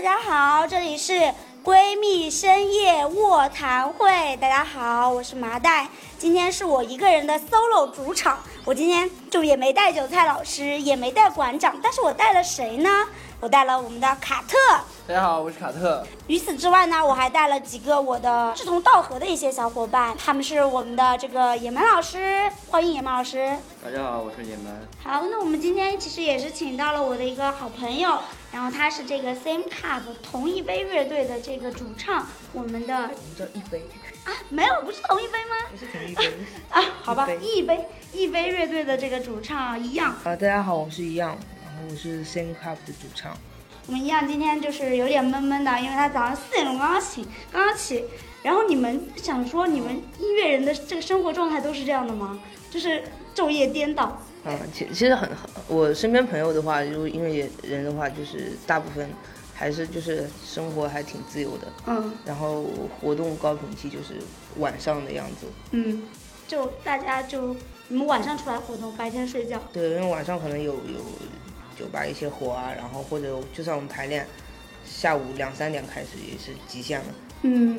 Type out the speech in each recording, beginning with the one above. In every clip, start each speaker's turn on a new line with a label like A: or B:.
A: 家好，这里是闺蜜深夜卧谈会。大家好，我是麻袋，今天是我一个人的 solo 主场。我今天就也没带韭菜老师，也没带馆长，但是我带了谁呢？我带了我们的卡特。
B: 大家好，我是卡特。
A: 与此之外呢，我还带了几个我的志同道合的一些小伙伴，他们是我们的这个野蛮老师，欢迎野蛮老师。
B: 大家好，我是野蛮。
A: 好，那我们今天其实也是请到了我的一个好朋友，然后他是这个 Same Cup 同一杯乐队的这个主唱，我们的
C: 我们叫一杯，
A: 啊，没有，不是同一杯吗？
C: 不是同一杯。
A: 啊，好吧，
C: 一
A: 一杯一杯乐队的这个主唱一样，
C: 啊，大家好，我是一样，然后我是 Sing Club 的主唱。
A: 我们一样今天就是有点闷闷的，啊因为他早上四点钟刚刚醒，刚刚起。然后你们想说你们音乐人的这个生活状态都是这样的吗？就是昼夜颠倒。
C: 嗯，其其实很，很我身边朋友的话，如果音乐人的话，就是大部分还是就是生活还挺自由的，
A: 嗯
C: 然后活动高频期就是晚上的样子。
A: 嗯，就大家就你们晚上出来活动，白天睡觉。
C: 对，因为晚上可能有有酒吧一些活啊，然后或者就算我们排练，下午两三点开始也是极限了。
A: 嗯，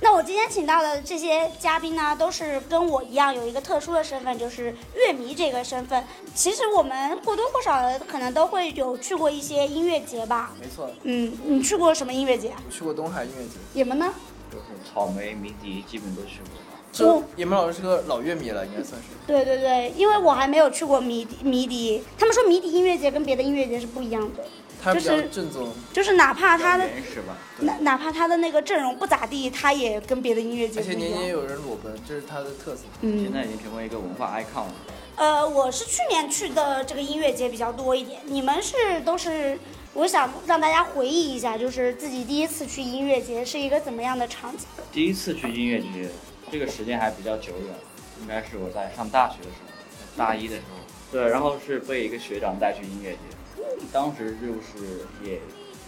A: 那我今天请到的这些嘉宾呢，都是跟我一样有一个特殊的身份，就是乐迷这个身份。其实我们或多或少的可能都会有去过一些音乐节吧。
B: 没错，
A: 嗯，你去过什么音乐节啊？
B: 我去过东海音乐节。
A: 你们呢？
B: 就是
D: 草莓、迷笛基本都去过。
A: 哦
B: 这野蛮老师是个老乐迷了，应该算是。
A: 对对对，因为我还没有去过迷笛迷笛，他们说迷笛音乐节跟别的音乐节是不一样的，
B: 他比较
A: 就是
B: 正宗，
A: 就是哪怕他的
D: 原始吧，
A: 哪哪怕他的那个阵容不咋地，他也跟别的音乐节
B: 而
A: 不
B: 且年
A: 一
B: 年
A: 样。
B: 有人裸奔，这是他的特色。
A: 嗯
D: 现，在已经成为一个文化 icon 了。
A: 呃，我是去年去的这个音乐节比较多一点，你们是都是，我想让大家回忆一下，就是自己第一次去音乐节是一个怎么样的场景？
D: 第一次去音乐节，这个时间还比较久远，应该是我在上大学的时候，大一的时候。对，然后是被一个学长带去音乐节，当时就是也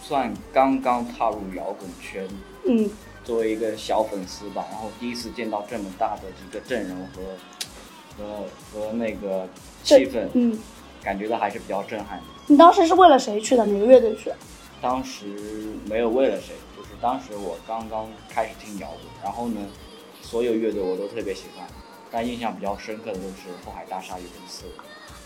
D: 算刚刚踏入摇滚圈，
A: 嗯
D: 作为一个小粉丝吧，然后第一次见到这么大的一个阵容和和和那个气氛，
A: 嗯，
D: 感觉到还是比较震撼的。
A: 你当时是为了谁去的？哪个乐队去的？
D: 当时没有为了谁，就是当时我刚刚开始听摇滚，然后呢，所有乐队我都特别喜欢，但印象比较深刻的就是后海大鲨鱼跟刺猬。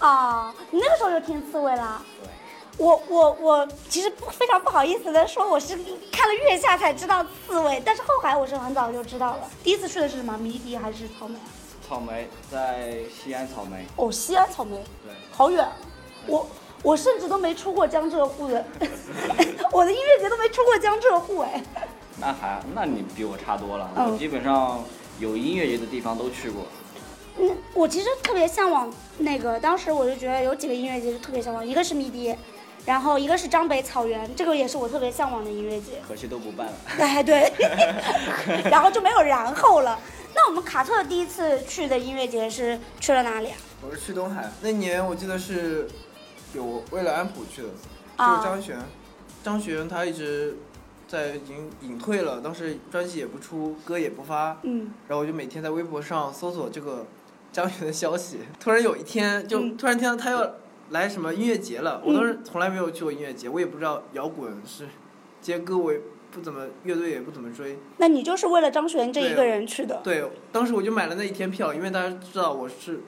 A: 哦，你那个时候就听刺猬啦。
D: 对，
A: 我我我其实不非常不好意思的说，我是看了月下才知道刺猬，但是后海我是很早就知道了。第一次去的是什么？迷笛还是草莓？
D: 草莓在西安草莓，
A: 哦，西安草莓。
D: 对，
A: 好远，我我甚至都没出过江浙沪 的，我的音乐节都没出过江浙沪哎。
D: 那还那你比我差多了，
A: 嗯
D: 我基本上有音乐节的地方都去过。
A: 嗯，我其实特别向往那个，当时我就觉得有几个音乐节就特别向往，一个是迷笛，然后一个是张北草原，这个也是我特别向往的音乐节。
D: 可惜都不办了。
A: 哎， 对，然后就没有然后了。那我们卡特第一次去的音乐节是去了哪里啊？
B: 我是去东海，那年我记得是有为了安普去的，
A: 啊
B: 就是张悬，张悬他一直在已经隐退了，当时专辑也不出，歌也不发，
A: 嗯
B: 然后我就每天在微博上搜索这个张悬的消息。突然有一天，就
A: 嗯
B: 突然听到他要来什么音乐节了。我当时从来没有去过音乐节，我也不知道摇滚是这些歌，我也不怎么乐队也不怎么追。
A: 那你就是为了张悬这一个人去的？
B: 对，当时我就买了那一天票，因为大家知道我是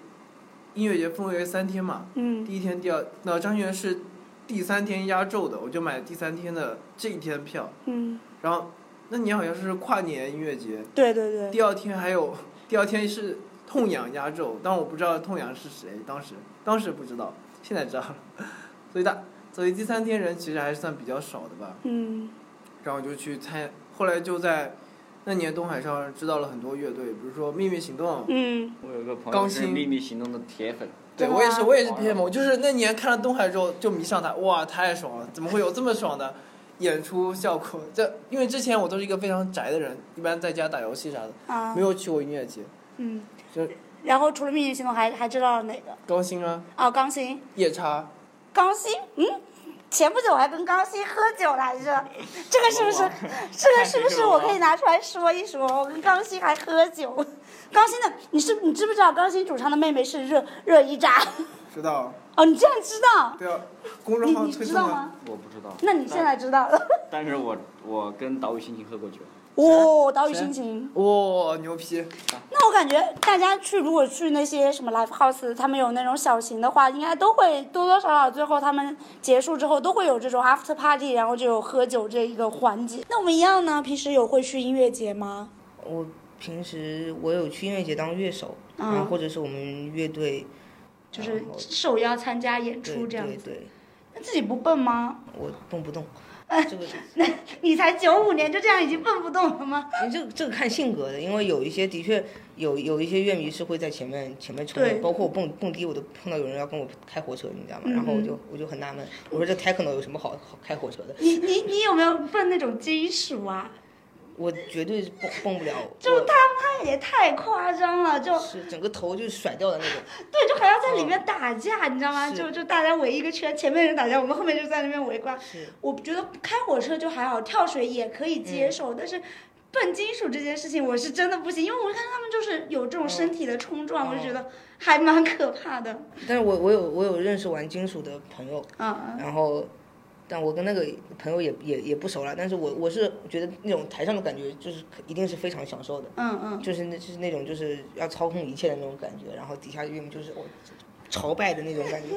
B: 音乐节分为三天嘛，
A: 嗯
B: 第一天、第二，那张悬是第三天压轴的，我就买了第三天的这一天票。
A: 嗯，
B: 然后那年好像是跨年音乐节，
A: 对对对。
B: 第二天还有，第二天是痛痒压轴，但我不知道痛痒是谁，当时当时不知道，现在知道了。 所以大，所以第三天人其实还算比较少的吧。
A: 嗯。
B: 然后我就去参，后来就在那年东海上知道了很多乐队，比如说秘密行动。
A: 嗯，
D: 我有个朋
B: 高
D: 友是
B: 清
D: 秘密行动的铁粉，
B: 对
A: 对啊
B: 我也是，我也是 PM，我就是那年看了东海之后就迷上他，哇，太爽了！怎么会有这么爽的演出效果？这因为之前我都是一个非常宅的人，一般在家打游戏啥的，
A: 啊，
B: 没有去过音乐节，
A: 嗯，
B: 就
A: 然后除了命运行动还还知道了哪个？
B: 高薪啊，
A: 哦，钢琴，
B: 夜叉。
A: 钢琴，嗯，前不久还跟钢琴喝酒来着，这个是不是？这个是不是我可以拿出来说一说？我跟钢琴还喝酒，钢琴的，你是你知不知道钢琴主唱的妹妹是热热依扎？
B: 知道，
A: 哦，你竟然知道？
B: 对啊，公众
A: 你
B: 号
A: 你
B: 推
A: 知
B: 送
A: 道
B: 啊，
A: 吗？
D: 我不知道。
A: 那你现在知道了？
D: 但？但是我我跟岛屿心情喝过酒，
A: 哦，岛屿心情。
B: 哇、牛批！
A: 那我感觉大家去，如果去那些什么 live house，他们有那种小型的话，应该都会多多少少，最后他们结束之后都会有这种 after party，然后就有喝酒这一个环节。那我们一样呢，平时有会去音乐节吗？
C: 我平时我有去音乐节当乐手，然后或者是我们乐队，
A: 就是
C: 然后
A: 受邀参加演
C: 对
A: 出这样
C: 对
A: 子。
C: 对，
A: 那自己不笨吗？
C: 我动不动，
A: 哎
C: 这个
A: 你才九五年就这样已经蹦不动了吗？
C: 你这个这个看性格的，因为有一些的确有有一些乐迷是会在前面前面冲
A: 对
C: 的，包括我蹦蹦迪，我都碰到有人要跟我开火车，你知道吗？然后
A: 嗯
C: 我就我就很纳闷，我说这 techno 有什么好好开火车的？
A: 你你你有没有蹦那种金属啊？
C: 我绝对是蹦蹦不了，
A: 就他他也太夸张了，就是
C: 是整个头就是甩掉的那种。
A: 对，就还要在里面打架，你知道吗？
C: 嗯是
A: 就就大家围一个圈，前面人打架，我们后面就在那边围观。
C: 是
A: 我觉得开火车就还好，跳水也可以
C: 嗯
A: 接受，但是蹦金属这件事情我是真的不行，因为我看他们就是有
C: 嗯
A: 这种身体的冲撞，我就觉得还蛮可怕的。
C: 但是我我有我有认识玩金属的朋友，
A: 嗯，
C: 然后，但我跟那个朋友也也也不熟了，但是我我是觉得那种台上的感觉就是可一定是非常享受的，
A: 嗯嗯，
C: 就是那就是那种就是要操控一切的那种感觉，然后底下乐迷就是我朝拜的那种感觉，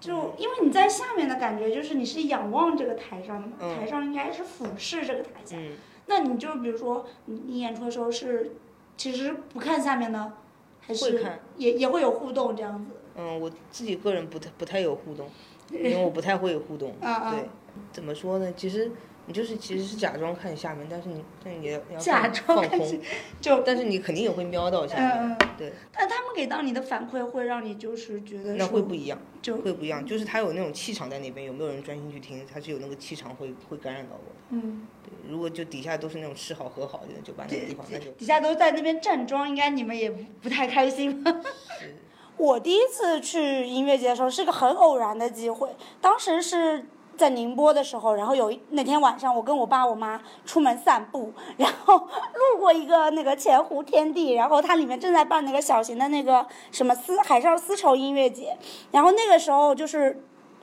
A: 就因为你在下面的感觉就是你是仰望这个台上的嘛，
C: 嗯
A: 台上应该是俯视这个台下。
C: 嗯，
A: 那你就比如说你你演出的时候是其实不看下面呢，还
C: 会
A: 是
C: 看
A: 也也会有互动这样子？
C: 嗯，我自己个人不太不太有互动，因为我不太会有互动，
A: 啊啊
C: 对，怎么说呢？其实你就是其实是假装看下面，但是你但你也要
A: 假
C: 放
A: 装
C: 放
A: 看
C: 空，
A: 就
C: 但是你肯定也会瞄到下面，
A: 嗯，
C: 对，
A: 但他们给到你的反馈会让你就是觉得
C: 那
A: 说
C: 会不一样。
A: 嗯就
C: 会不一样，就是他有那种气场在那边，有没有人专心去听，他是有那个气场会会感染到我的。
A: 嗯，
C: 对，如果就底下都是那种吃好喝好的酒吧那个地方，那就
A: 底下都在那边站桩，应该你们也不不太开心吧？
C: 是
A: 我第一次去音乐节的时候是个很偶然的机会，当时是在宁波的时候，然后有一那天晚上我跟我爸我妈出门散步，然后 路过一个那个钱湖天地，然后它里面正在办那个小型的那个什么丝海上丝绸音乐节，然后那个时候就是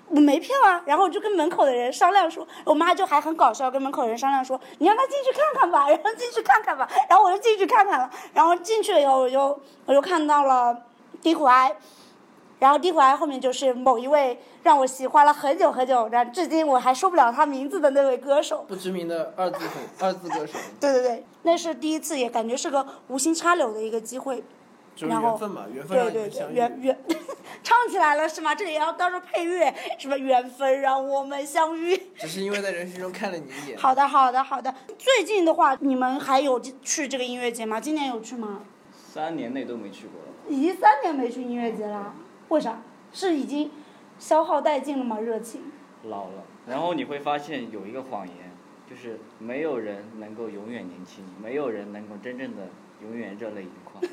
A: 我没票啊，然后我就跟门口的人商量说，我妈就还很搞笑，跟门口的人商量说，你让她进去看看吧，然后进去看看吧，然后我就进去看看了，然后进去了以后，我就我就看到了低苦哀，然后低苦哀后面就是某一位让我喜欢了很久很久，然后至今我还说不了他名字的那位歌手。
B: 不知名的二字口二字歌手，
A: 对对对，那是第一次，也感觉是个无心插柳的一个机会。
B: 就是
A: 然后
B: 缘分嘛，缘分
A: 对
B: 让你
A: 对
B: 们
A: 对
B: 相，遇。
A: 缘 缘，唱起来了是吗？这里要到时候配乐，什么缘分让我们相遇。
B: 只是因为在人群中看了你一眼。
A: 好的，好的，好的。最近的话，你们还有去这个音乐节吗？今年有去吗？
D: 三年内都没去过了。
A: 已经三年没去音乐节啦，为啥？是已经消耗殆尽了吗？热情？
D: 老了。然后你会发现有一个谎言，就是没有人能够永远年轻，没有人能够真正的永远热泪盈 眶。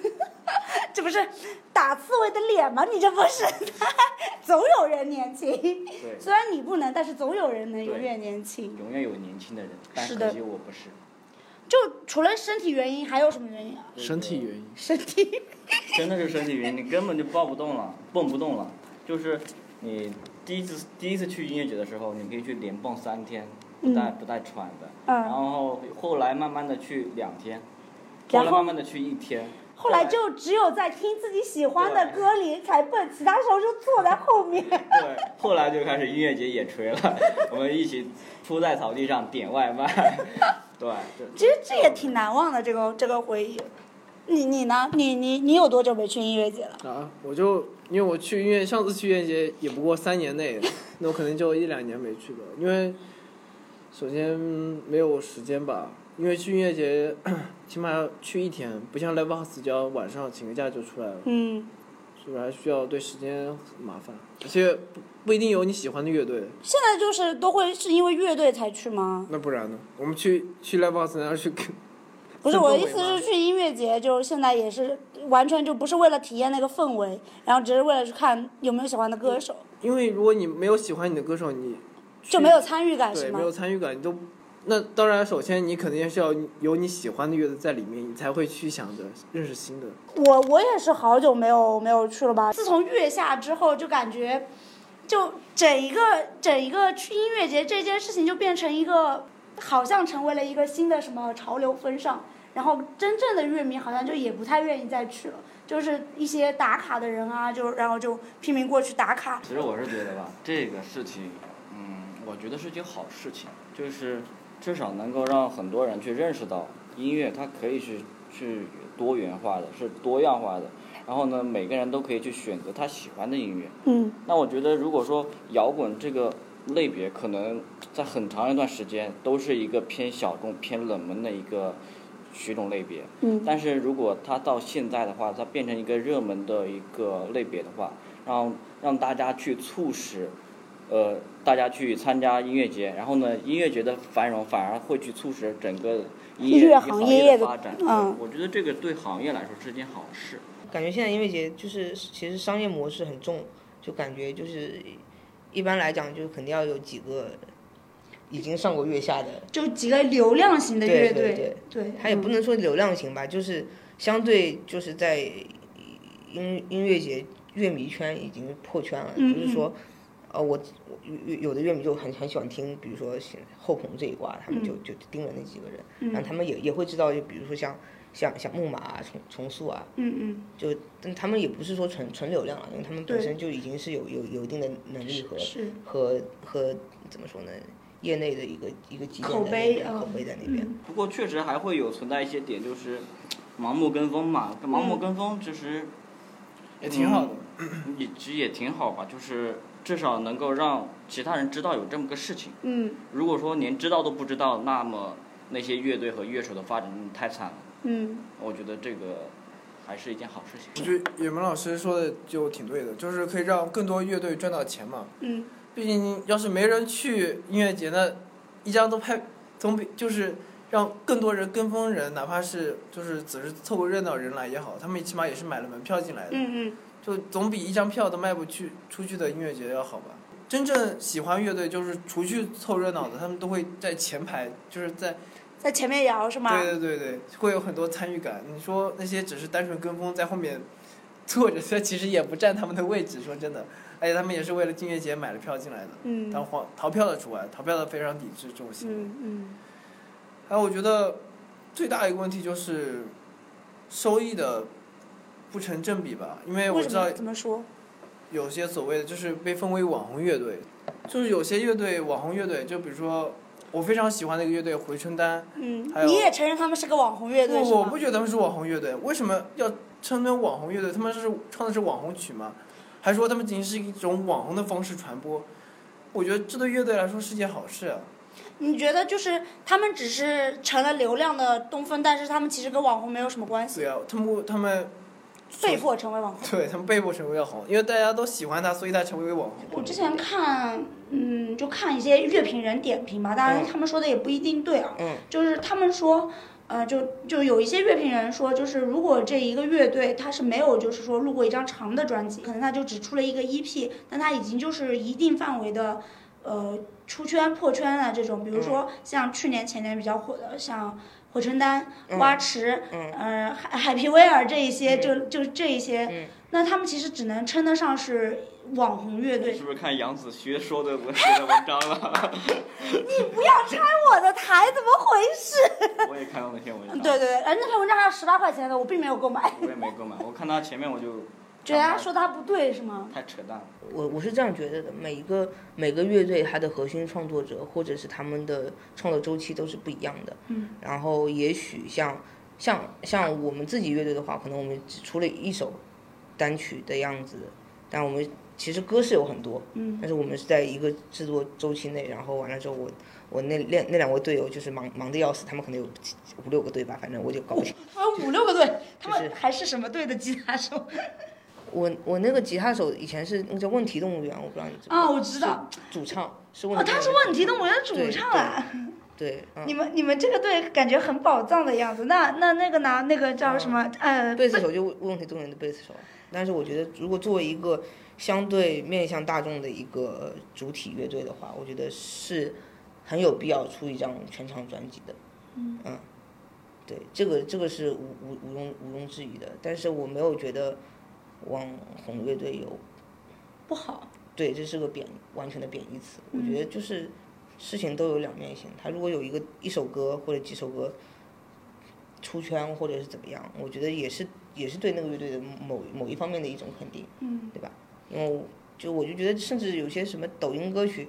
A: 这不是打刺猬的脸吗？你这不是？ 总有人年轻，
D: 对，
A: 虽然你不能，但是总有人能
D: 对
A: 永远年轻。
D: 永远有年轻的人，但
A: 是的
D: 可惜我不是。
A: 就除了身体原因，还有什么原因啊？
B: 身体原因，
A: 身体？
D: 真的是身体原因，你根本就抱不动了，蹦不动了。就是你第一次第一次去音乐节的时候，你可以去连蹦三天，不带、不带喘的。
A: 嗯
D: 然后后来慢慢的去两天，
A: 然
D: 后
A: 后
D: 来慢慢的去一天。
A: 后来就只有在听自己喜欢的
D: 对
A: 歌里才蹦，其他时候就坐在后面。
D: 对，后来就开始音乐节野炊了，我们一起铺在草地上点外卖。对，
A: 其实这也挺难忘的，这个这个回忆。你你呢？你你你有多久没去音乐节了？
B: 啊，我就因为我去音乐，上次去音乐节也不过三年内，那我可能就一两年没去了。因为首先没有时间吧，因为去音乐节 起码要去一天，不像 live house 只要晚上请个假就出来了，
A: 嗯，
B: 所以还需要对时间很麻烦，而且不不一定有你喜欢的乐队，
A: 现在就是都会是因为乐队才去吗？
B: 那不然呢？我们去去 live house 然后去
A: 不是我的意
B: 氛围
A: 思
B: 吗
A: 是去音乐节，就是现在也是完全就不是为了体验那个氛围，然后只是为了去看有没有喜欢的歌手，
B: 因为如果你没有喜欢你的歌手，你
A: 啊就没有参与感是
B: 对
A: 吗
B: 没？有参与感，你都那当然，首先你肯定是要有你喜欢的乐队在里面，你才会去想着认识新的。
A: 我我也是好久没有没有去了吧？自从月下之后，就感觉，就整一个整一个去音乐节这件事情就变成一个，好像成为了一个新的什么潮流风尚。然后真正的乐迷好像就也不太愿意再去了，就是一些打卡的人啊，就然后就拼命过去打卡。
D: 其实我是觉得吧，这个事情，嗯，我觉得是件好事情，就是至少能够让很多人去认识到音乐，它可以去去多元化的，是多样化的。然后呢，每个人都可以去选择他喜欢的音乐。
A: 嗯，
D: 那我觉得，如果说摇滚这个类别，可能在很长一段时间都是一个偏小众、偏冷门的一个曲种类别。
A: 嗯。
D: 但是如果它到现在的话，它变成一个热门的一个类别的话，让让大家去促使，呃，大家去参加音乐节，然后呢，音乐节的繁荣反而会去促使整个音
A: 音乐
D: 乐
A: 行业
D: 业
A: 的
D: 发展。
A: 嗯
D: 我觉得这个对行业来说是件好事。
C: 感觉现在音乐节就是其实商业模式很重，就感觉就是一般来讲就肯定要有几个已经上过月下的，
A: 就几个流量型的
C: 对
A: 乐
C: 对
A: 队，对，
C: 他也不
A: 嗯
C: 能说流量型吧，就是相对就是在音音乐节乐迷圈已经破圈了，
A: 嗯
C: 不是说。呃，我我有有的乐迷就很很喜欢听，比如说后朋这一挂，他们就
A: 嗯
C: 就盯着那几个人，然后他们也也会知道，就比如说像像像木马啊、重重塑啊，
A: 嗯嗯，
C: 就但他们也不是说纯纯流量啊了，因为他们本
A: 对
C: 身就已经是有有有一定的能力和
A: 嗯是
C: 和和怎么说呢，业内的一个一个积淀
A: 口
C: 在那
A: 碑
C: 边口
A: 嗯
C: 碑在那边。
D: 不过确实还会有存在一些点，就是盲目跟风嘛。盲目跟风其实
B: 嗯
D: 嗯
B: 也挺好的。
D: 也其实也挺好吧，就是至少能够让其他人知道有这么个事情。
A: 嗯
D: 如果说连知道都不知道，那么那些乐队和乐手的发展太惨了。
A: 嗯
D: 我觉得这个还是一件好事情。
E: 我觉得野蛮老师说的就挺对的，就是可以让更多乐队赚到钱嘛。
A: 嗯
B: 毕竟要是没人去音乐节，那一张都拍，总比就是让更多人跟风人，哪怕是就是只是凑个热闹人来也好，他们起码也是买了门票进来的，
A: 嗯
B: 就总比一张票都卖不去出去的音乐节要好吧。真正喜欢乐队，就是除去凑热闹的，他们都会在前排，就是在
A: 嗯，在前面摇是吗？
B: 对对对对，会有很多参与感。你说那些只是单纯跟风在后面坐着， 这其实也不占他们的位置。说真的，而且他们也是为了音乐节买了票进来的。
A: 嗯
B: 当黄逃票的除外，逃票的非常抵制这种行为。
A: 嗯嗯
B: 还有，我觉得最大一个问题就是收益的不成正比吧，因为我
A: 什
B: 知道
A: 么怎么说？
B: 有些所谓的就是被分为网红乐队，就是有些乐队网红乐队，就比如说我非常喜欢的一个乐队回春丹，
A: 嗯
B: 还，有
A: 你也承认他们是个网红乐队是
B: 不，我不
A: 吗？
B: 觉得他们是网红乐队，为什么要称他们网红乐队？他们是唱的是网红曲吗？还说他们仅仅是一种网红的方式传播？我觉得这对乐队来说是件好事啊。
A: 你觉得就是他们只是成了流量的东风，但是他们其实跟网红没有什么关系，
B: 对啊，他们他们
A: 被迫成为网红。
B: 对他们被迫成为网红，因为大家都喜欢他，所以他成为网红。
A: 我之前看，嗯，就看一些乐评人点评吧，当然
C: 嗯
A: 他们说的也不一定对啊，
C: 嗯，
A: 就是他们说。呃，就就有一些乐评人说，就是如果这一个乐队他是没有，就是说录过一张长的专辑，可能他就只出了一个 EP，但他已经就是一定范围的，呃，出圈破圈了这种。比如
C: 嗯
A: 说像去年前年比较火的，像火成丹、蛙池，
C: 嗯
A: 呃，海海皮威尔这一些，
C: 嗯
A: 就就这一些，
C: 嗯
A: 那他们其实只能称得上是网红乐队。
D: 是不是看杨子学说的我写的文章 了？
A: 不要拆我的台，怎么回事？
D: 我也看到那篇文章
A: 对，对对，哎，那篇文章还是十八块钱的，我并没有购买。
D: 我也没购买。我看他前面我就
A: 觉得他说他不对是吗？
D: 太扯淡了。
C: 我我是这样觉得的，每一个每个乐队它的核心创作者或者是他们的创作周期都是不一样的。
A: 嗯。
C: 然后也许像像像我们自己乐队的话，可能我们只出了一首单曲的样子，但我们其实歌是有很多，
A: 嗯，
C: 但是我们是在一个制作周期内，然后完了之后我。我那两那两位队友就是忙忙得要死，他们可能有七五六个队吧，反正我就搞不清。
A: 他们五六个队，他
C: 就
A: 们
C: 是
A: 还是什么队的吉他手？
C: 我我那个吉他手以前是那个叫问题动物园，我不知道你知不
A: 啊，我知道，
C: 主唱是问
A: 哦，
C: 题动物园。
A: 他是问题动物园的主唱啊。
C: 对，嗯
A: 你们你们这个队感觉很宝藏的样子。那那那个呢？那个叫什么？呃，
C: 贝斯手就问题动人的贝斯手，但是我觉得如果作为一个相对面向大众的一个主体乐队的话，我觉得是很有必要出一张全场专辑的。
A: 嗯
C: 对，这个这个是毋毋毋庸毋庸置疑的，但是我没有觉得网红乐队有
A: 不好。
C: 对，这是个贬完全的贬义词。我
A: 嗯
C: 觉得就是事情都有两面性，他如果有一个一首歌或者几首歌出圈或者是怎么样，我觉得也是也是对那个乐队的某某一方面的一种肯定，
A: 嗯
C: 对吧？因为我就我就觉得，甚至有些什么抖音歌曲，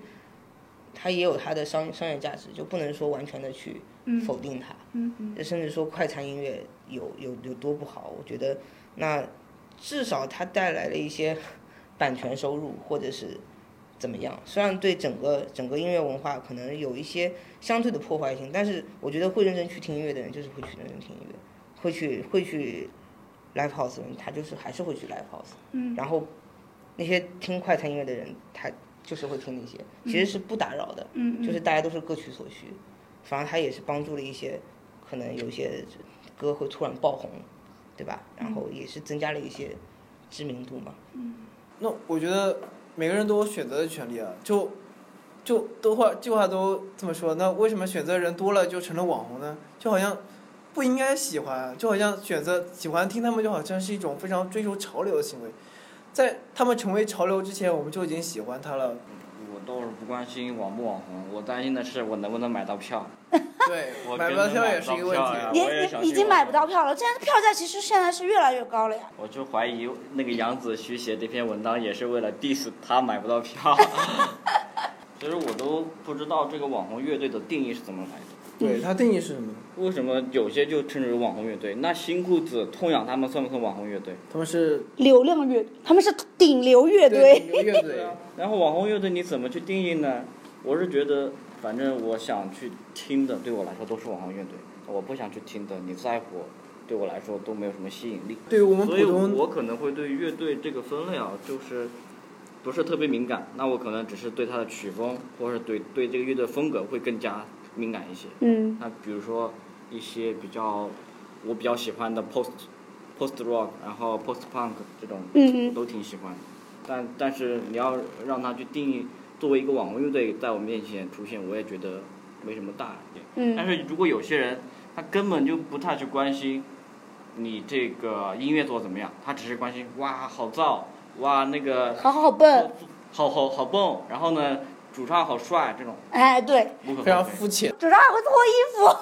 C: 它也有它的商商业价值，就不能说完全的去
A: 嗯
C: 否定它。
A: 嗯嗯
C: 甚至说快餐音乐有有有多不好，我觉得那至少它带来了一些版权收入或者是怎么样，虽然对整个整个音乐文化可能有一些相对的破坏性，但是我觉得会认真去听音乐的人就是会去认真听音乐，会去会去 live house 的人他就是还是会去 live house，
A: 嗯
C: 然后那些听快餐音乐的人他就是会听那些，其实是不打扰的，
A: 嗯，
C: 就是大家都是各取所需，反而它也是帮助了一些可能有些歌会突然爆红，对吧？然后也是增加了一些知名度嘛。
B: 那我觉得每个人都有选择的权利啊，就就都话句话都这么说，那为什么选择人多了就成了网红呢？就好像不应该喜欢，啊就好像选择喜欢听他们，就好像是一种非常追求潮流的行为。在他们成为潮流之前，我们就已经喜欢他了。
D: 我倒是不关心网不网红，我担心的是我能不能买到票。
B: 对
D: 我，
B: 买
D: 真
B: 不
D: 的
B: 到票
D: 买
B: 也
D: 不
B: 是
D: 到
B: 一个问
D: 票呀
B: 题。啊
A: 你
D: 我也想
A: 你已
D: 去
A: 经
D: 网
A: 买
D: 上
A: 不到票了，现在票价其实现在是越来越高了呀。
D: 我就怀疑那个杨子虚写这篇文章也是为了 diss 他买不到票。其实我都不知道这个网红乐队的定义是怎么来的，
B: 对，它定义是什么？
D: 为什么有些就称之为网红乐队？那新裤子、痛痒他们算不算网红乐队？
B: 他们是
A: 流量乐，他们是顶流乐
B: 对
A: 队。
B: 流乐队，
D: 然后网红乐队你怎么去定义呢？我是觉得，反正我想去听的，对我来说都是网红乐队；我不想去听的，你再火，对我来说都没有什么吸引力。
B: 对于我们普
D: 所以
B: 通
D: 我可能会对乐队这个分类啊，就是不是特别敏感。那我可能只是对它的曲风，或者对对这个乐队风格会更加敏感一些。
A: 嗯
D: 那比如说一些比较我比较喜欢的 post post rock，然后 post punk 这种，
A: 嗯
D: 都挺喜欢的。但但是你要让他去定义作为一个网红乐队在我面前出现，我也觉得没什么大意见。但
A: 嗯
D: 是如果有些人他根本就不太去关心你这个音乐做得怎么样，他只是关心哇好燥，哇 那个
A: 好好笨，
D: 好好好蹦，然后呢主唱好帅这种
A: 哎，对，
D: 无可
B: 非常
D: 厚
B: 肤浅。
A: 主唱还会脱衣服，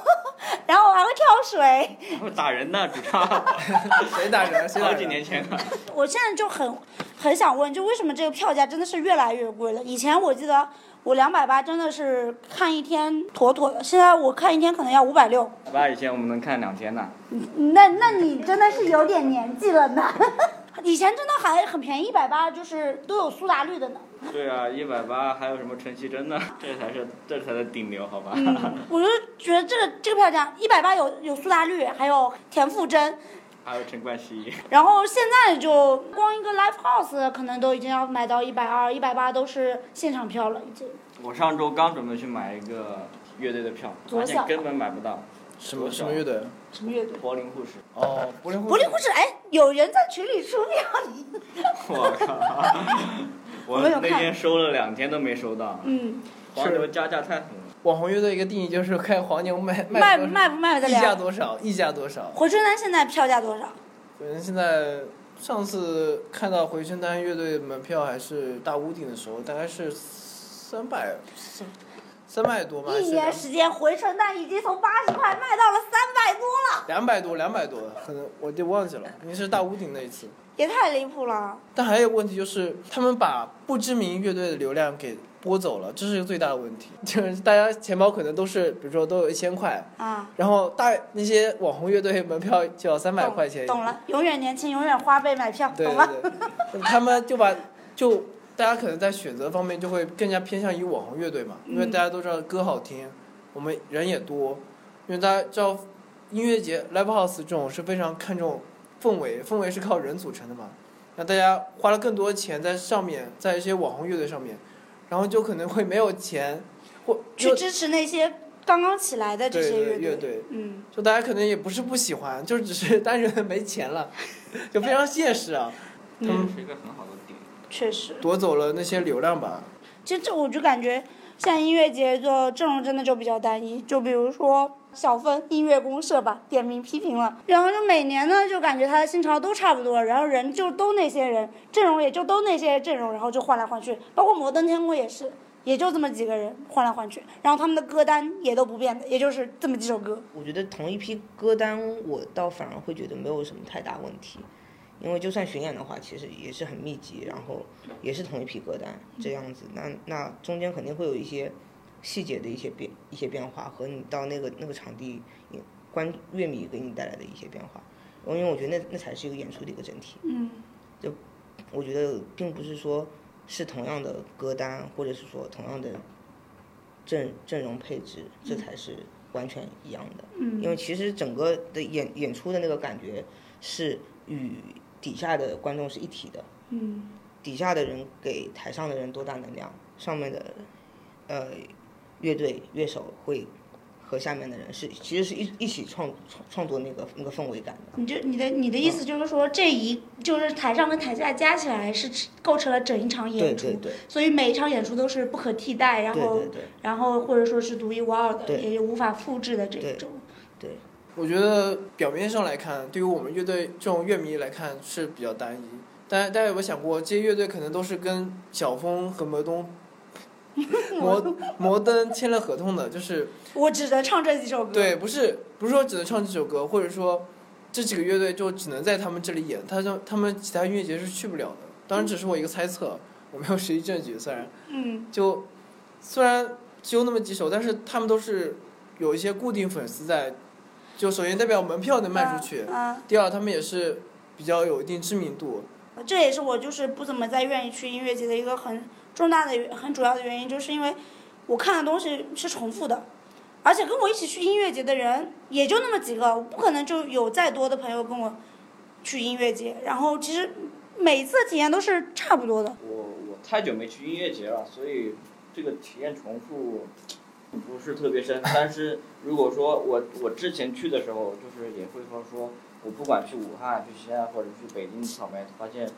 A: 然 后还会跳水。
D: 非，还会打人呢 主唱，
B: 谁打人？啊谁打
D: 好几年
B: 人？
D: 前了。
A: 我现在就很很想问，就为什么这个票价真的是越来越贵了？以前我记得我两百八真的是看一天妥妥的，现在我看一天可能要五百六。嗯
D: 爸以前我们能看两天呢，
A: 那那你真的是有点年纪了呢。 以前真的还很便宜，一百八就是都有苏打绿的呢。
D: 对啊，一百八还有什么陈 绮贞呢？这才是这才是顶流好吧？
A: 我就觉得这个这个票价一百八有有苏打绿，还有田馥甄，
D: 还有陈冠希。
A: 然后现在就光一个 live house 可能都已经要买到一百二、一百八都是现场票了，已经。
D: 我上周刚准备去买一个乐队的票，
A: 左
D: 发
A: 小
D: 现根本买不到。
B: 什么什么乐队？
A: 什么乐队？
D: 柏林护士，
B: 哦，柏林
A: 柏
B: 柏
A: 林护士，哎，有人在群里出票。
D: 我靠！
A: 我
D: 我
A: 有
D: 那
A: 看
D: 天收了两天都没收到，
A: 嗯，
D: 黄牛加价太狠了。
B: 网红乐队一个定义就是看黄牛卖
A: 卖
B: 多少
A: 卖不卖得
B: 溢价
A: 了？
B: 多少，溢价多少。
A: 回春丹现在票价多少？
B: 反正现在上次看到回春丹乐队门票还是大屋顶的时候，大概是三百三三百多吧，还
A: 一
B: 是
A: 年时间，回春丹已经从八十块卖到了三百多了，
B: 两百多两百多，可能我就忘记了，应该是大屋顶那一次。
A: 也太离谱了。
B: 但还有一个问题就是，他们把不知名乐队的流量给拨走了，这是一个最大的问题。 就是大家钱包可能都是，比如说都有一千块，
A: 啊，
B: 然后大那些网红乐队门票就要三百块钱，
A: 懂懂了，永远年轻，永远花呗买票，
B: 对
A: 懂吗？
B: 对对，那他们就把就大家可能在选择方面就会更加偏向于网红乐队嘛，因为
A: 嗯
B: 大家都知道歌好听，我们人也多，因为大家知道音乐节 live house 这种是非常看重氛围，氛围是靠人组成的嘛，那大家花了更多钱在上面，在一些网红乐队上面，然后就可能会没有钱或
A: 去
B: 就
A: 支持那些刚刚起来的这
B: 对
A: 些
B: 对
A: 乐
B: 乐队。
A: 嗯，
B: 就大家可能也不是不喜欢，就只是 单纯的没钱了，就非常现实啊。
D: 这
B: 嗯
D: 是一个很好的点。
A: 确实，
B: 夺走了那些流量吧。
A: 其实这我就感觉像音乐节的阵容真的就比较单一，就比如说小分音乐公社吧，点名批评了。然后就每年呢，就感觉他的新潮都差不多，然后人就都那些人，阵容也就都那些阵容，然后就换来换去，包括摩登天空也是。也就这么几个人换来换去，然后他们的歌单也都不变的，也就是这么几首歌。
C: 我觉得同一批歌单，我倒反而会觉得没有什么太大问题，因为就算巡演的话，其实也是很密集，然后也是同一批歌单这样子。那那中间肯定会有一些细节的一些变一些变化，和你到那个那个场地你观乐迷给你带来的一些变化。因为我觉得那那才是一个演出的一个整体。
A: 嗯，
C: 我觉得并不是说是同样的歌单，或者是说同样的阵阵容配置，这才是完全一样的。
A: 嗯
C: 因为其实整个的演演出的那个感觉是与底下的观众是一体的，
A: 嗯
C: 底下的人给台上的人多大能量，上面的呃乐队乐手会和下面的人是其实是一一起创创创作那个那个氛围感的。
A: 你就你的你的意思就是说，这一就是台上跟台下加起来是吃构成了整一场
C: 对
A: 演出，
C: 对对
A: 所以每一场演出都是不可替代，然
C: 对
A: 后
C: 对对。
A: 然后或者说是独一无二的，
C: 对
A: 也无法复制的这
C: 对
A: 种。
B: 我觉得表面上来看，对于我们乐队这种乐迷来看是比较单一，但大家有没有想过，这些乐队可能都是跟小峰和摩登、摩摩登签了合同的，就是
A: 我只能唱这几首歌。
B: 对，不是不是说只能唱这首歌，或者说这几个乐队就只能在他们这里演，他就他们其他音乐节是去不了的。当然，只是我一个猜测，我没有实际证据。虽然
A: 嗯，
B: 就虽然只有那么几首，但是他们都是有一些固定粉丝在，就首先代表门票能卖出去，
A: 啊。
B: 第二他们也是比较有一定知名度。
A: 啊这也是我就是不怎么再愿意去音乐节的一个很重大的原、很主要的原因，就是因为我看的东西是重复的，而且跟我一起去音乐节的人也就那么几个，我不可能就有再多的朋友跟我去音乐节。然后其实每次体验都是差不多的。
D: 我我太久没去音乐节了，所以这个体验重复不是特别深。但是如果说我我之前去的时候，就是也会说说我不管去武汉、去西安或者去北京草莓，发现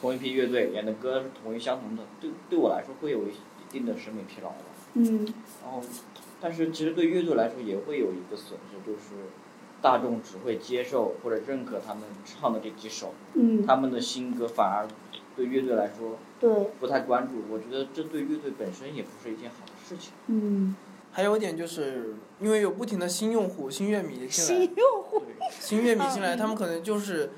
D: 同一批乐队演的歌是同一相同的，对对我来说会有一定的审美疲劳吧。
A: 嗯
D: 然后，哦但是其实对乐队来说也会有一个损失，就是大众只会接受或者认可他们唱的这几首，
A: 嗯，
D: 他们的新歌反而对乐队来说
A: 对，
D: 不太关注，我觉得这对乐队本身也不是一件好的事情。
A: 嗯，
B: 还有一点就是，因为有不停的新用户、新乐迷进来，
A: 新嗯用户，
B: 新乐迷进来，他们可能就是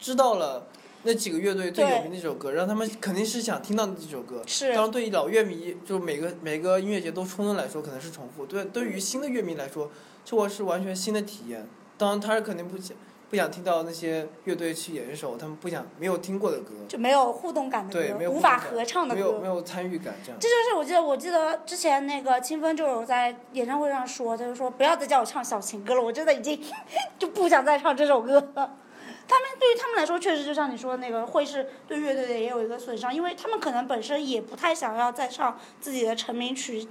B: 知道了那几个乐队最有名的这首歌，让他们肯定是想听到那几首歌。
A: 是
B: 当然，对于老乐迷，就每个每个音乐节都冲的来说，可能是重复；对对于新的乐迷来说，这我是完全新的体验。当然，他是肯定不想不想听到那些乐队去演一首他们不想没有听过的歌，
A: 就没有互动感的
B: 对，没
A: 歌，
B: 有
A: 无
B: 互
A: 法
B: 动感
A: 合唱的
B: 没有没
A: 歌。
B: 有参与感这样
A: 这。就是我记得，我记得之前那个清风就有在演唱会上说，他就说不要再叫我唱小情歌了，我真的已经 就不想再唱这首歌了。他们对于他们来说，确实就像你说的那个，会是对乐队的也有一个损伤，因为他们可能本身也不太想要再唱自己的成名曲，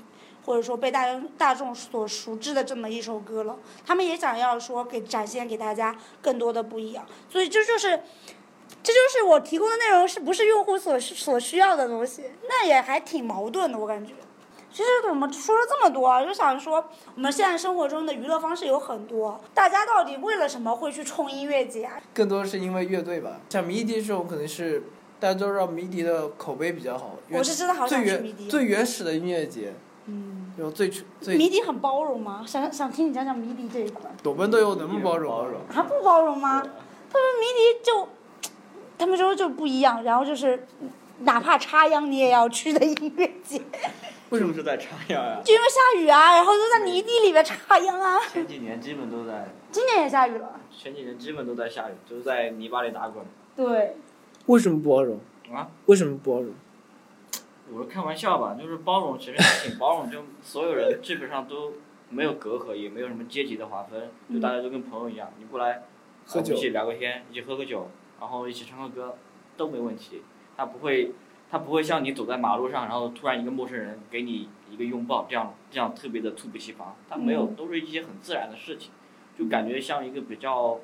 A: 或者说被大众大众所熟知的这么一首歌了。他们也想要说给展现给大家更多的不一样，所以这就是这就是我提供的内容是不是用户所需所需要的东西，那也还挺矛盾的，我感觉。其实我们说了这么多啊，就想说我们现在生活中的娱乐方式有很多，大家到底为了什么会去冲音乐节啊？
B: 更多是因为乐队吧，像迷笛这种可能是大家都知道迷笛的口碑比较好，因为
A: 我是真的好
B: 最
A: 想去迷笛
B: 原
A: 哦。
B: 最原始的音乐节，
A: 嗯，
B: 有最初最
A: 迷笛很包容吗？想想听你讲讲迷笛这一块儿，
B: 我们都有能不包容
D: 包
B: 吗
E: 啊
D: 容，
A: 还不包容吗？迷笛就他们说就不一样，然后就是哪怕插秧你也要去的音乐节，
B: 为什么
D: 是在插秧呀？
A: 就因为下雨啊，然后就在泥地里面插秧啊。
D: 前几年基本都在，
A: 今年也下雨了，
D: 前几年基本都在下雨，都是在泥巴里打滚。
A: 对。
B: 为什么包容？
D: 啊，
B: 为什么包容？
D: 我是开玩笑吧，就是包容，其实还挺包容，就所有人基本上都没有隔阂，也没有什么阶级的划分，就大家都跟朋友一样，你过来
B: 喝
D: 啊
B: 酒
D: 一起聊个天，一起喝个酒，然后一起唱个歌都没问题。他不会，他不会像你走在马路上，然后突然一个陌生人给你一个拥抱，这样这样特别的猝不及防。他
B: 嗯
D: 没有，都是一些很自然的事情，就感觉像一个比较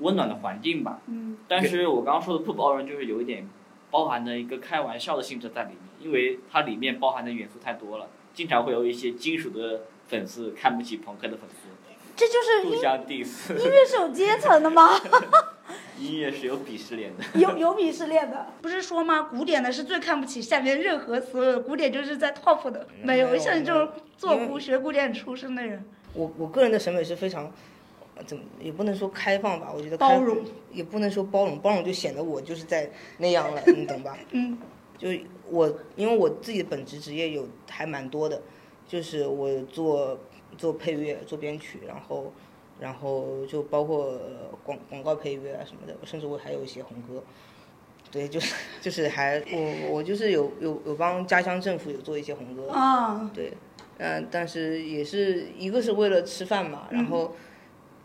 D: 温暖的环境吧。
A: 嗯，
D: 但是我刚刚说的不包容，就是有一点包含着一个开玩笑的性质在里面。因为它里面包含的元素太多了，经常会有一些金属的粉丝看不起朋克的粉丝，
A: 这就是
D: 互
A: 音
D: 相 diss，
A: 音乐是有阶层的 吗？
D: 音乐是有鄙视链的。
A: 有有鄙视链的，不是说吗？古典的是最看不起下面任何所有的，古典就是在 top 的，没有像你这种做古学古典出身的人，
C: 我我个人的审美是非常，呃怎么也不能说开放吧，我觉得
A: 包
C: 开
A: 容，
C: 也不能说包容，包容就显得我就是在那样了，你懂吧？
A: 嗯，
C: 就是我因为我自己的本职职业有还蛮多的，就是我做做配乐、做编曲，然后然后就包括呃广广告配乐啊什么的，甚至我还有写红歌。对，就是就是还我我就是有有有帮家乡政府有做一些红歌，
A: 啊，
C: 对，嗯、但是也是一个是为了吃饭嘛，然后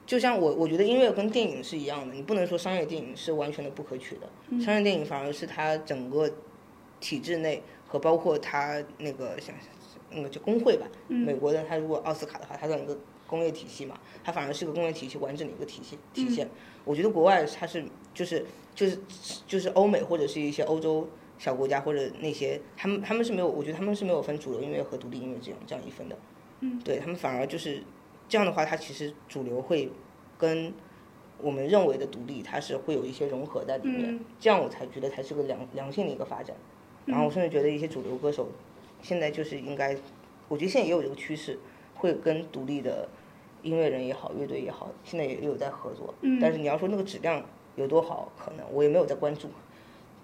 C: 就像我我觉得音乐跟电影是一样的，你不能说商业电影是完全的不可取的，商业电影反而是它整个体制内和包括它那个像那个就工会吧，美国的它如果奥斯卡的话，它整个工业体系嘛，它反而是个工业体系完整的一个体系体现。我觉得国外它是就是就是就是欧美或者是一些欧洲小国家或者那些他们他们是没有，我觉得他们是没有分主流音乐和独立音乐这样这样一分的。嗯，对他们反而就是这样的话，它其实主流会跟我们认为的独立，它是会有一些融合在里面，
A: 嗯
C: 这样我才觉得才是个良良性的一个发展。然后我甚至觉得一些主流歌手现在就是应该，我觉得现在也有这个趋势，会跟独立的音乐人也好，乐队也好，现在也也有在合作。
A: 嗯
C: 但是你要说那个质量有多好，可能我也没有在关注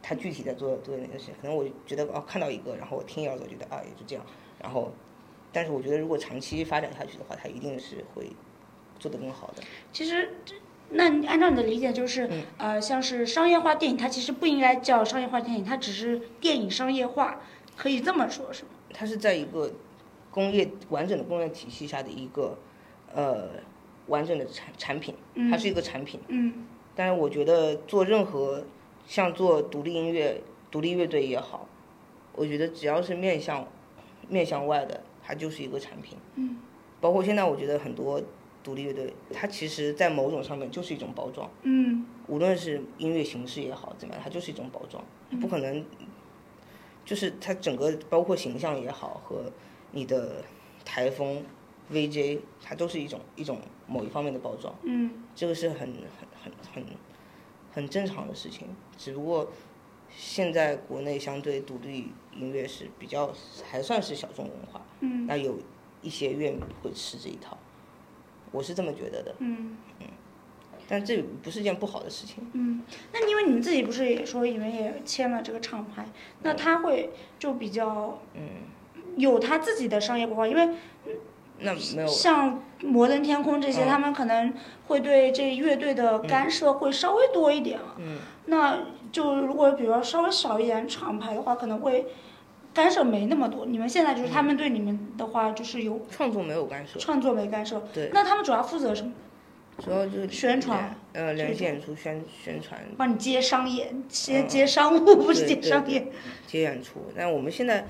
C: 他具体在做做哪些事。可能我觉得哦，看到一个，然后我听一耳朵，觉得啊也就这样。然后，但是我觉得如果长期发展下去的话，它一定是会做得更好的。
A: 其实。这那你按照你的理解，就是、
C: 嗯
A: 呃，像是商业化电影，它其实不应该叫商业化电影，它只是电影商业化，可以这么说，是吗？
C: 它是在一个工业完整的工业体系下的一个呃完整的产产品，它是一个产品。
A: 嗯
C: 但是我觉得做任何像做独立音乐、独立乐队也好，我觉得只要是面向面向外的，它就是一个产品。
A: 嗯，
C: 包括现在我觉得很多独立乐队，它其实在某种上面就是一种包装。
A: 嗯
C: 无论是音乐形式也好，怎么样，它就是一种包装，不可能，就是它整个包括形象也好和你的台风、VJ，它都是一种一种某一方面的包装，
A: 嗯
C: 这个是很很很很很正常的事情。只不过现在国内相对独立音乐是比较还算是小众文化，
A: 嗯
C: 那有一些乐迷会吃这一套，我是这么觉得的，
A: 嗯
C: 但这不是件不好的事情。
A: 嗯。那因为你们自己不是也说你们也签了这个厂牌，那他会就比较
C: 嗯，
A: 有他自己的商业规划，因为
C: 那没有。
A: 像摩登天空这些，
C: 嗯
A: 他们可能会对这乐队的干涉会稍微多一点啊。
C: 嗯，
A: 那就如果比如说稍微少一点厂牌的话，可能会干涉没那么多。你们现在就是
C: 嗯
A: 他们对你们的话就是有
C: 创作没有干涉，
A: 创作没干涉，
C: 对，
A: 那他们主要负责什么？
C: 主要就是
A: 宣传，
C: 呃，联
A: 宣
C: 系
A: 传
C: 演出、宣宣传、
A: 帮你接商业，接
C: 嗯
A: 接商务， 不是接
C: 对对
A: 商
C: 对
A: 业。
C: 接演出。但我们现在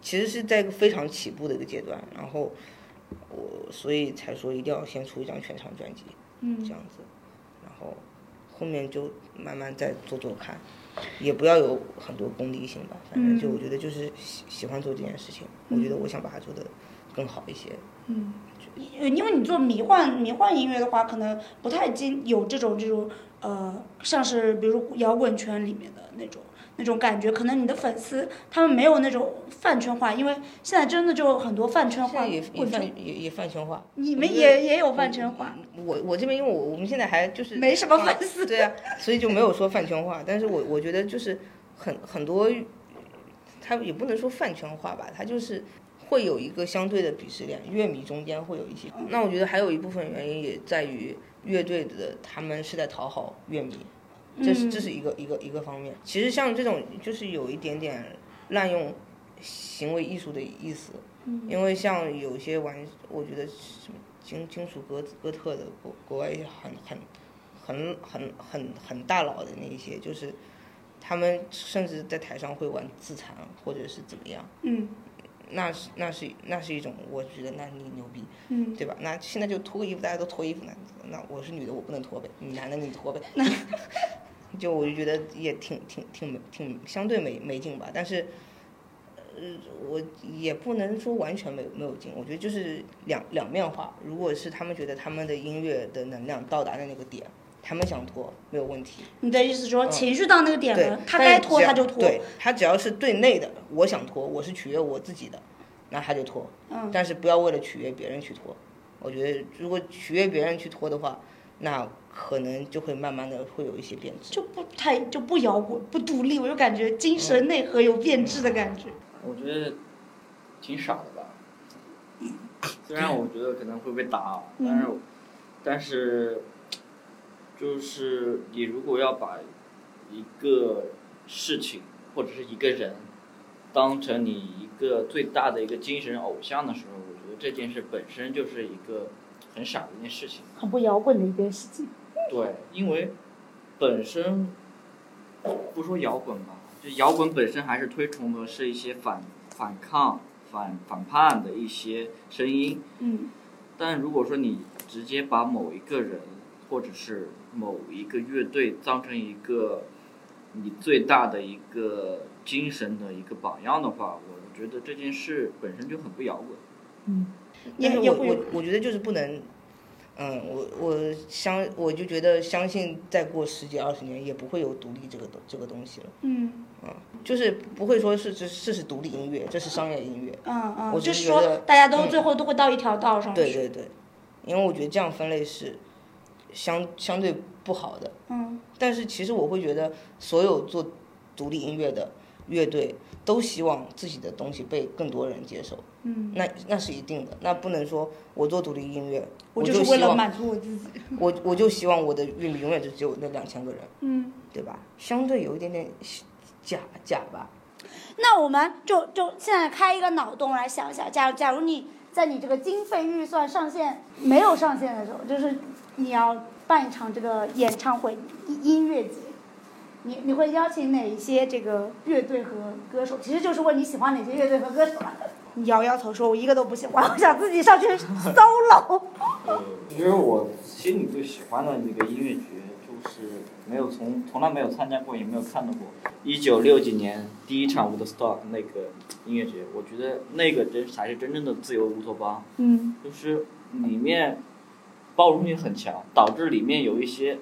C: 其实是在一个非常起步的一个阶段，然后我所以才说一定要先出一张全场专辑
A: 嗯
C: 这样子，然后后面就慢慢再做做看，也不要有很多功利性吧，反正就
A: 嗯
C: 我觉得就是喜喜欢做这件事情，我觉得我想把它做得更好一些。
A: 嗯，因因为你做迷幻迷幻音乐的话，可能不太经有这种这种呃，像是比如摇滚圈里面的那种那种感觉，可能你的粉丝他们没有那种饭圈化，因为现在真的就很多饭圈
C: 现
A: 化
C: 在也也
A: 滚圈，
C: 饭也也饭圈化，
A: 你
C: 我
A: 们
C: 觉得
A: 也也有饭圈化，
C: 我我这边因为我我们现在还就是
A: 没什么粉丝。
C: 对啊，所以就没有说饭圈化。但是我我觉得就是很很多，他也不能说饭圈化吧，他就是会有一个相对的鄙视链，乐迷中间会有一些。那我觉得还有一部分原因也在于乐队的他们是在讨好乐迷，这是这是一个一个一个方面。其实像这种就是有一点点滥用行为艺术的意思，因为像有些玩，我觉得什么金金属哥哥特的国国外一些很很很很很很大佬的那一些，就是他们甚至在台上会玩自残或者是怎么样，
A: 嗯
C: 那是那是那是一种，我觉得那你牛逼，
A: 嗯，
C: 对吧？那现在就脱个衣服，大家都脱衣服，那那我是女的，我不能脱呗，你男的你脱呗。 就我就觉得也挺挺挺没挺相对没没劲吧，但是呃，我也不能说完全没有没有劲，我觉得就是两两面化。如果是他们觉得他们的音乐的能量到达的那个点，他们想拖没有问题，
A: 你的意思说
C: 嗯
A: 情绪到那个点
C: 对
A: 了，，他
C: 但是
A: 该拖
C: 只要
A: 他就拖，
C: 对他只要是对内的，我想拖，我是取悦我自己的，那他就拖。
A: 嗯
C: 但是不要为了取悦别人去拖。我觉得如果取悦别人去拖的话，那可能就会慢慢的会有一些变质。
A: 就不太就不摇滚不独立，我就感觉精神内核有变质的感觉。
D: 我觉得挺傻的吧。虽然我觉得可能会被打啊，但是我，但是，就是你如果要把一个事情或者是一个人当成你一个最大的一个精神偶像的时候，我觉得这件事本身就是一个很傻的一件事情。
A: 很不摇滚的一件事情。
D: 对，因为本身不说摇滚吧，就摇滚本身还是推崇的是一些反反抗、反反叛的一些声音。
A: 嗯，
D: 但如果说你直接把某一个人或者是某一个乐队当成一个你最大的一个精神的一个榜样的话，我觉得这件事本身就很不摇滚。
C: 但是
A: 也
C: 我
A: 会
C: 我我觉得就是不能，嗯，我我相我就觉得相信再过十几二十年也不会有独立这个东这个东西了，
A: 嗯
C: 就是不会说是这这是独立音乐，这是商业音乐。
A: 嗯嗯，
C: 我
A: 就是是
C: 觉
A: 说
C: 得
A: 大家都
C: 嗯
A: 最后都会到一条道上去。
C: 对对对，因为我觉得这样分类是相相对不好的。
A: 嗯
C: 但是其实我会觉得，所有做独立音乐的乐队都希望自己的东西被更多人接受，
A: 嗯，
C: 那那是一定的。那不能说我做独立音乐，
A: 我
C: 我
A: 就
C: 就是
A: 为
C: 希
A: 了
C: 望
A: 满足我自己。
C: 我我就希望我的乐迷永远就只有那两千个人，
A: 嗯，
C: 对吧？相对有一点点假假吧。
A: 那我们就就现在开一个脑洞来想一想，假如假如你在你这个经费预算上限没有上限的时候，就是你要办一场这个演唱会音音乐节，你你会邀请哪一些这个乐队和歌手？其实就是问你喜欢哪些乐队和歌手了。你摇摇头说：“我一个都不喜欢，我想自己上去 solo。
D: 呃，其实我心里最喜欢的那个音乐节，就是没有从从来没有参加过，也没有看到过。一九六几年第一场 Woodstock 那个音乐节，我觉得那个真才是真正的自由乌托邦，”
A: 嗯
D: 就是里面包容性很强，导致里面有一些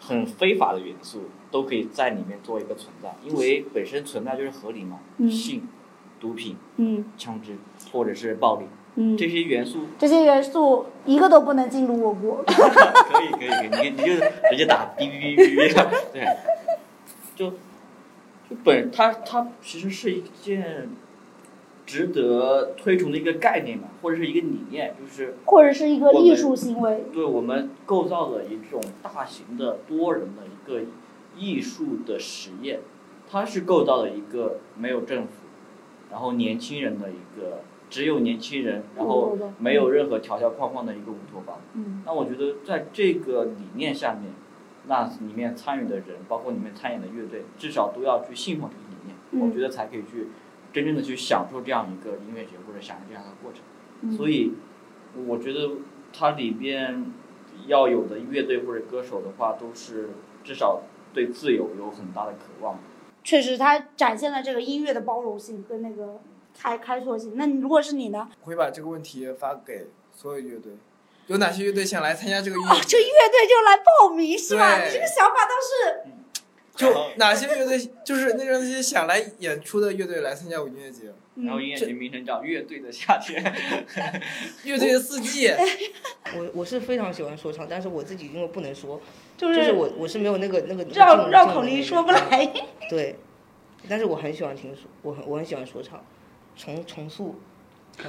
D: 很非法的元素都可以在里面做一个存在，因为本身存在就是合理嘛，
A: 嗯
D: 性、毒品、
A: 嗯
D: 枪支或者是暴力
A: 嗯
D: 这些元素
A: 这些元素一个都不能进入我国。
D: 可以可以，可以，你你就直接打哔哔哔哔哔，对，就就本它它其实是一件值得推崇的一个概念嘛，或者是一个理念，就是
A: 或者是一个
D: 我们
A: 艺术行为。
D: 对我们构造了一种大型的多人的一个艺术的实验，它是构造了一个没有政府，然后年轻人的一个只有年轻人，然后没有任何条条框框的一个乌托邦。
A: 嗯
D: 那我觉得在这个理念下面，那里面参与的人，包括里面参演的乐队，至少都要去信奉这个理念，
A: 嗯
D: 我觉得才可以去真正的去享受这样一个音乐节或者享受这样的过程。
A: 嗯
D: 所以，我觉得它里边要有的乐队或者歌手的话，都是至少对自由有很大的渴望。
A: 确实，它展现了这个音乐的包容性跟那个开开拓性。那你如果是你呢？
E: 我会把这个问题发给所有乐队，有哪些乐队想来参加这个音
A: 啊
E: 乐，节？
A: 这乐队就来报名是吧？
E: 对
A: 你这个想法倒是
E: 就哪些乐队，就是那让那些想来演出的乐队来参加我音乐节，
D: 然后
A: 嗯
D: 音乐节名称叫《乐队的夏天》。
E: 乐队的四季，
A: 哎
C: 我我是非常喜欢说唱，但是我自己因为不能说，
A: 就
C: 就是
A: 是
C: 我我是没有那个那个那个劲
A: 绕
C: 儿
A: 绕
C: 劲儿
A: 口
C: 的那
A: 令
C: 个
A: 说不来。
C: 对，但是我很喜欢听说，我很我很喜欢说唱，重重塑，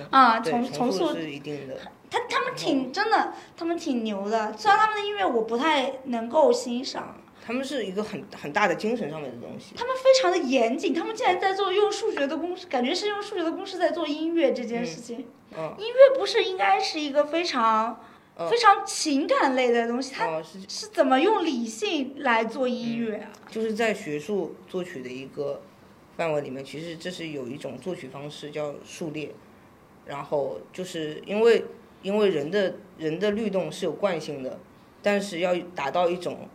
A: 啊，
C: 对
A: 重重塑
C: 是一定的，
A: 他他们挺真的，他们挺牛的。虽然他们的音乐我不太能够欣赏，
C: 他们是一个很很大的精神上面的东西。
A: 他们非常的严谨，他们竟然在做用数学的公式，感觉是用数学的公式在做音乐这件事情。
C: 嗯
A: 音乐不是应该是一个非常、
C: 嗯
A: 非常情感类的东西，它
C: 哦，是
A: 是怎么用理性来做音乐啊？
C: 就是在学术作曲的一个范围里面，其实这是有一种作曲方式叫数列，然后就是因为因为人的人的律动是有惯性的，但是要达到一种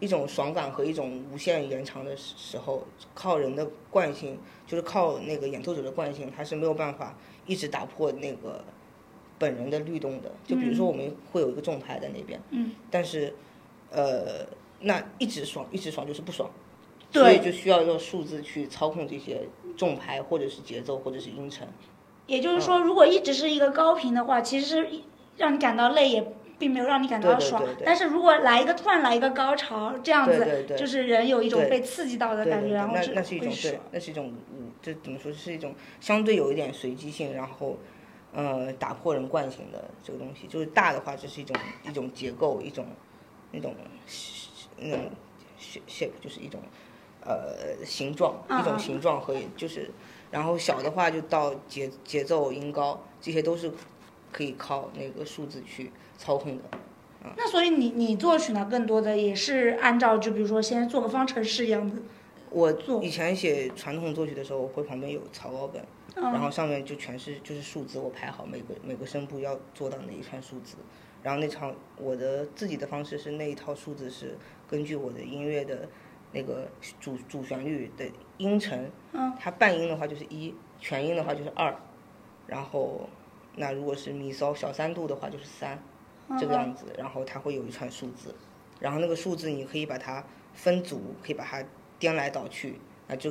C: 一种爽感和一种无限延长的时候，靠人的惯性，就是靠那个演奏者的惯性，他是没有办法一直打破那个本人的律动的。就比如说我们会有一个重拍在那边，
A: 嗯，
C: 但是呃，那一直爽一直爽就是不爽，
A: 对
C: 嗯所以就需要用数字去操控这些重拍或者是节奏或者是音程。
A: 也就是
C: 嗯
A: 说，如果一直是一个高频的话，其实一让你感到累也并没有让你感到
C: 对对
A: 爽
C: 对对。
A: 但是如果来一个突然来一个高潮，这样
C: 对
A: 子
C: 对对
A: 就是人有一种
C: 对
A: 被刺激到的
C: 对
A: 感
C: 对
A: 觉，
C: 对，
A: 然后
C: 那
A: 是
C: 那是一种
A: 会
C: 对
A: 爽。，
C: 那是一种嗯，这怎么说是一种相对有一点随机性，然后呃打破人惯性的这个东西。就是大的话，这是一种一种结构，一种那种那种 shape，就是一种呃形状，一
A: 啊
C: 种形状和就是，然后小的话就到节节奏、音高，这些都是可以靠那个数字去操控的。
A: 那所以你你作曲呢，更多的也是按照就比如说先做个方程式一样的，
C: 我
A: 做
C: 以前写传统作曲的时候，我会旁边有草稿本。然
A: 嗯，
C: 后上面就全是就是数字，我排好每个每个声部要做到哪一串数字，然后那场我的自己的方式是那一套数字是根据我的音乐的那个主主旋律的音程，
A: 嗯，
C: 它半音的话就是一，全音的话就是二，然后那如果是咪嗦小三度的话就是三，
A: 嗯
C: 这个样子，然后它会有一串数字，然后那个数字你可以把它分组，可以把它颠来倒去，那就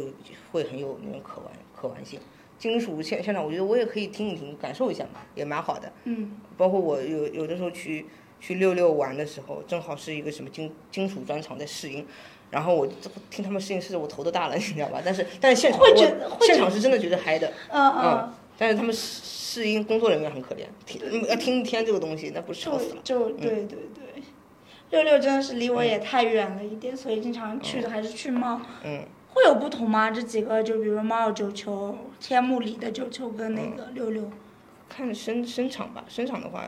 C: 会很有那种可玩可玩性。金属现现场，我觉得我也可以听一听，感受一下嘛，也蛮好的。
A: 嗯，
C: 包括我有有的时候去去六六玩的时候，正好是一个什么金金属专场在试音，然后我这听他们试音试的我头都大了，你知道吧？但是但是现场
A: 会
C: 我
A: 觉得会
C: 现
A: 觉
C: 场是真的觉得嗨的，
A: 嗯
C: 嗯
A: 嗯，。
C: 但是他们试试音工作人员很可怜，听嗯要听一天这个东西，那不是吵
A: 就
C: 死了。嗯
A: 就对对对，六六真的是离我也太远了一点，所以经常去的还是去猫。
C: 哦嗯，
A: 会有不同吗？这几个就比如猫有九球、天幕里的九球跟那个六六，
C: 看声声场吧，声场的话，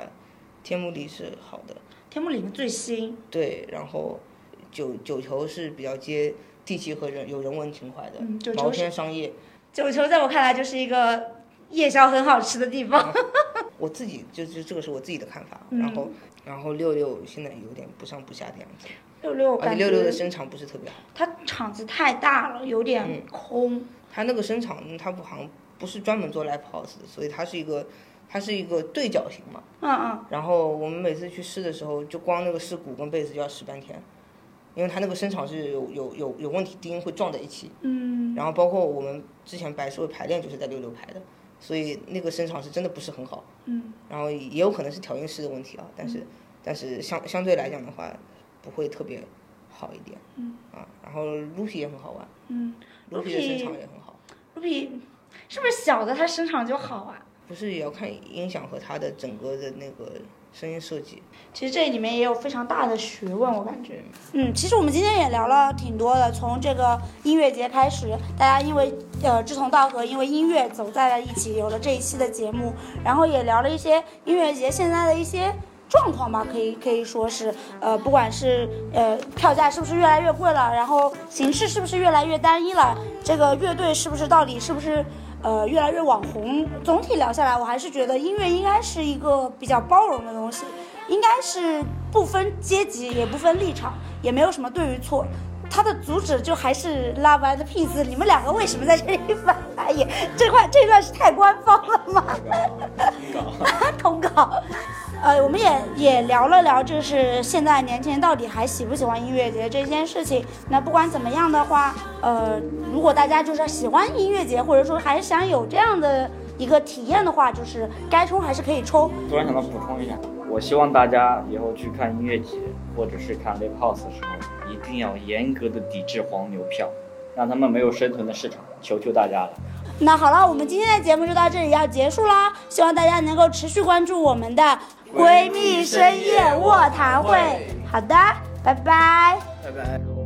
C: 天幕里是好的，
A: 天幕里面最新。
C: 对，然后九九球是比较接地气和人有人文情怀的，
A: 嗯九球
C: 毛
A: 是
C: 片商业。
A: 九球在我看来就是一个夜宵很好吃的地
C: 哦
A: 方。
C: 我自己就就这个是我自己的看法，
A: 嗯
C: 然后然后六六现在有点不上不下的样子，
A: 六六我
C: 而且
A: 感
C: 哦六六的
A: 觉
C: 声场不是特别好，
A: 它场子太大了，有
C: 嗯
A: 点空。
C: 他那个声场嗯他不好像不是专门做 live house 的，所以它是一个它是一个对角型嘛，
A: 嗯嗯，
C: 然后我们每次去试的时候，就光那个试鼓跟贝斯就要试半天，因为它那个声场是有有有有问题，低音会撞在一起，嗯，然后包括我们之前白社会排练就是在六六排的，所以那个声场是真的不是很好，嗯，然后也有可能是调音师的问题啊，但是、但是相相对来讲的话，不会特别好一点，嗯，啊，然后 Luffy 也很好玩，
A: 嗯
C: ，Luffy 的声
A: Luffy
C: 场也很好，
A: 卢比是不是小的它声场就好啊？
C: 不是也要看音响和它的整个的那个声音设计，
A: 其实这里面也有非常大的学问，我感觉。嗯，其实我们今天也聊了挺多的，从这个音乐节开始，大家因为呃志同道合，因为音乐走在了一起，有了这一期的节目，然后也聊了一些音乐节现在的一些。状况吧，可以可以说是，呃，不管是呃票价是不是越来越贵了，然后形式是不是越来越单一了，这个乐队是不是到底是不是呃越来越网红？总体聊下来，我还是觉得音乐应该是一个比较包容的东西，应该是不分阶级，也不分立场，也没有什么对与错。它的主旨就还是 Love and Peace。你们两个为什么在这里翻白眼？这块这段是太官方了吗？ 投稿。呃，我们也也聊了聊，就是现在年轻人到底还喜不喜欢音乐节这件事情。那不管怎么样的话，呃，如果大家就是喜欢音乐节，或者说还是想有这样的一个体验的话，就是该冲还是可以冲。
D: 突然想到补充一下，我希望大家以后去看音乐节或者是看 live house 的时候，一定要严格的抵制黄牛票，让他们没有生存的市场，求求大家了。
A: 那好了，我们今天的节目就到这里要结束啦，希望大家能够持续关注我们的闺蜜深夜卧谈会。好的，拜拜。
E: 拜拜。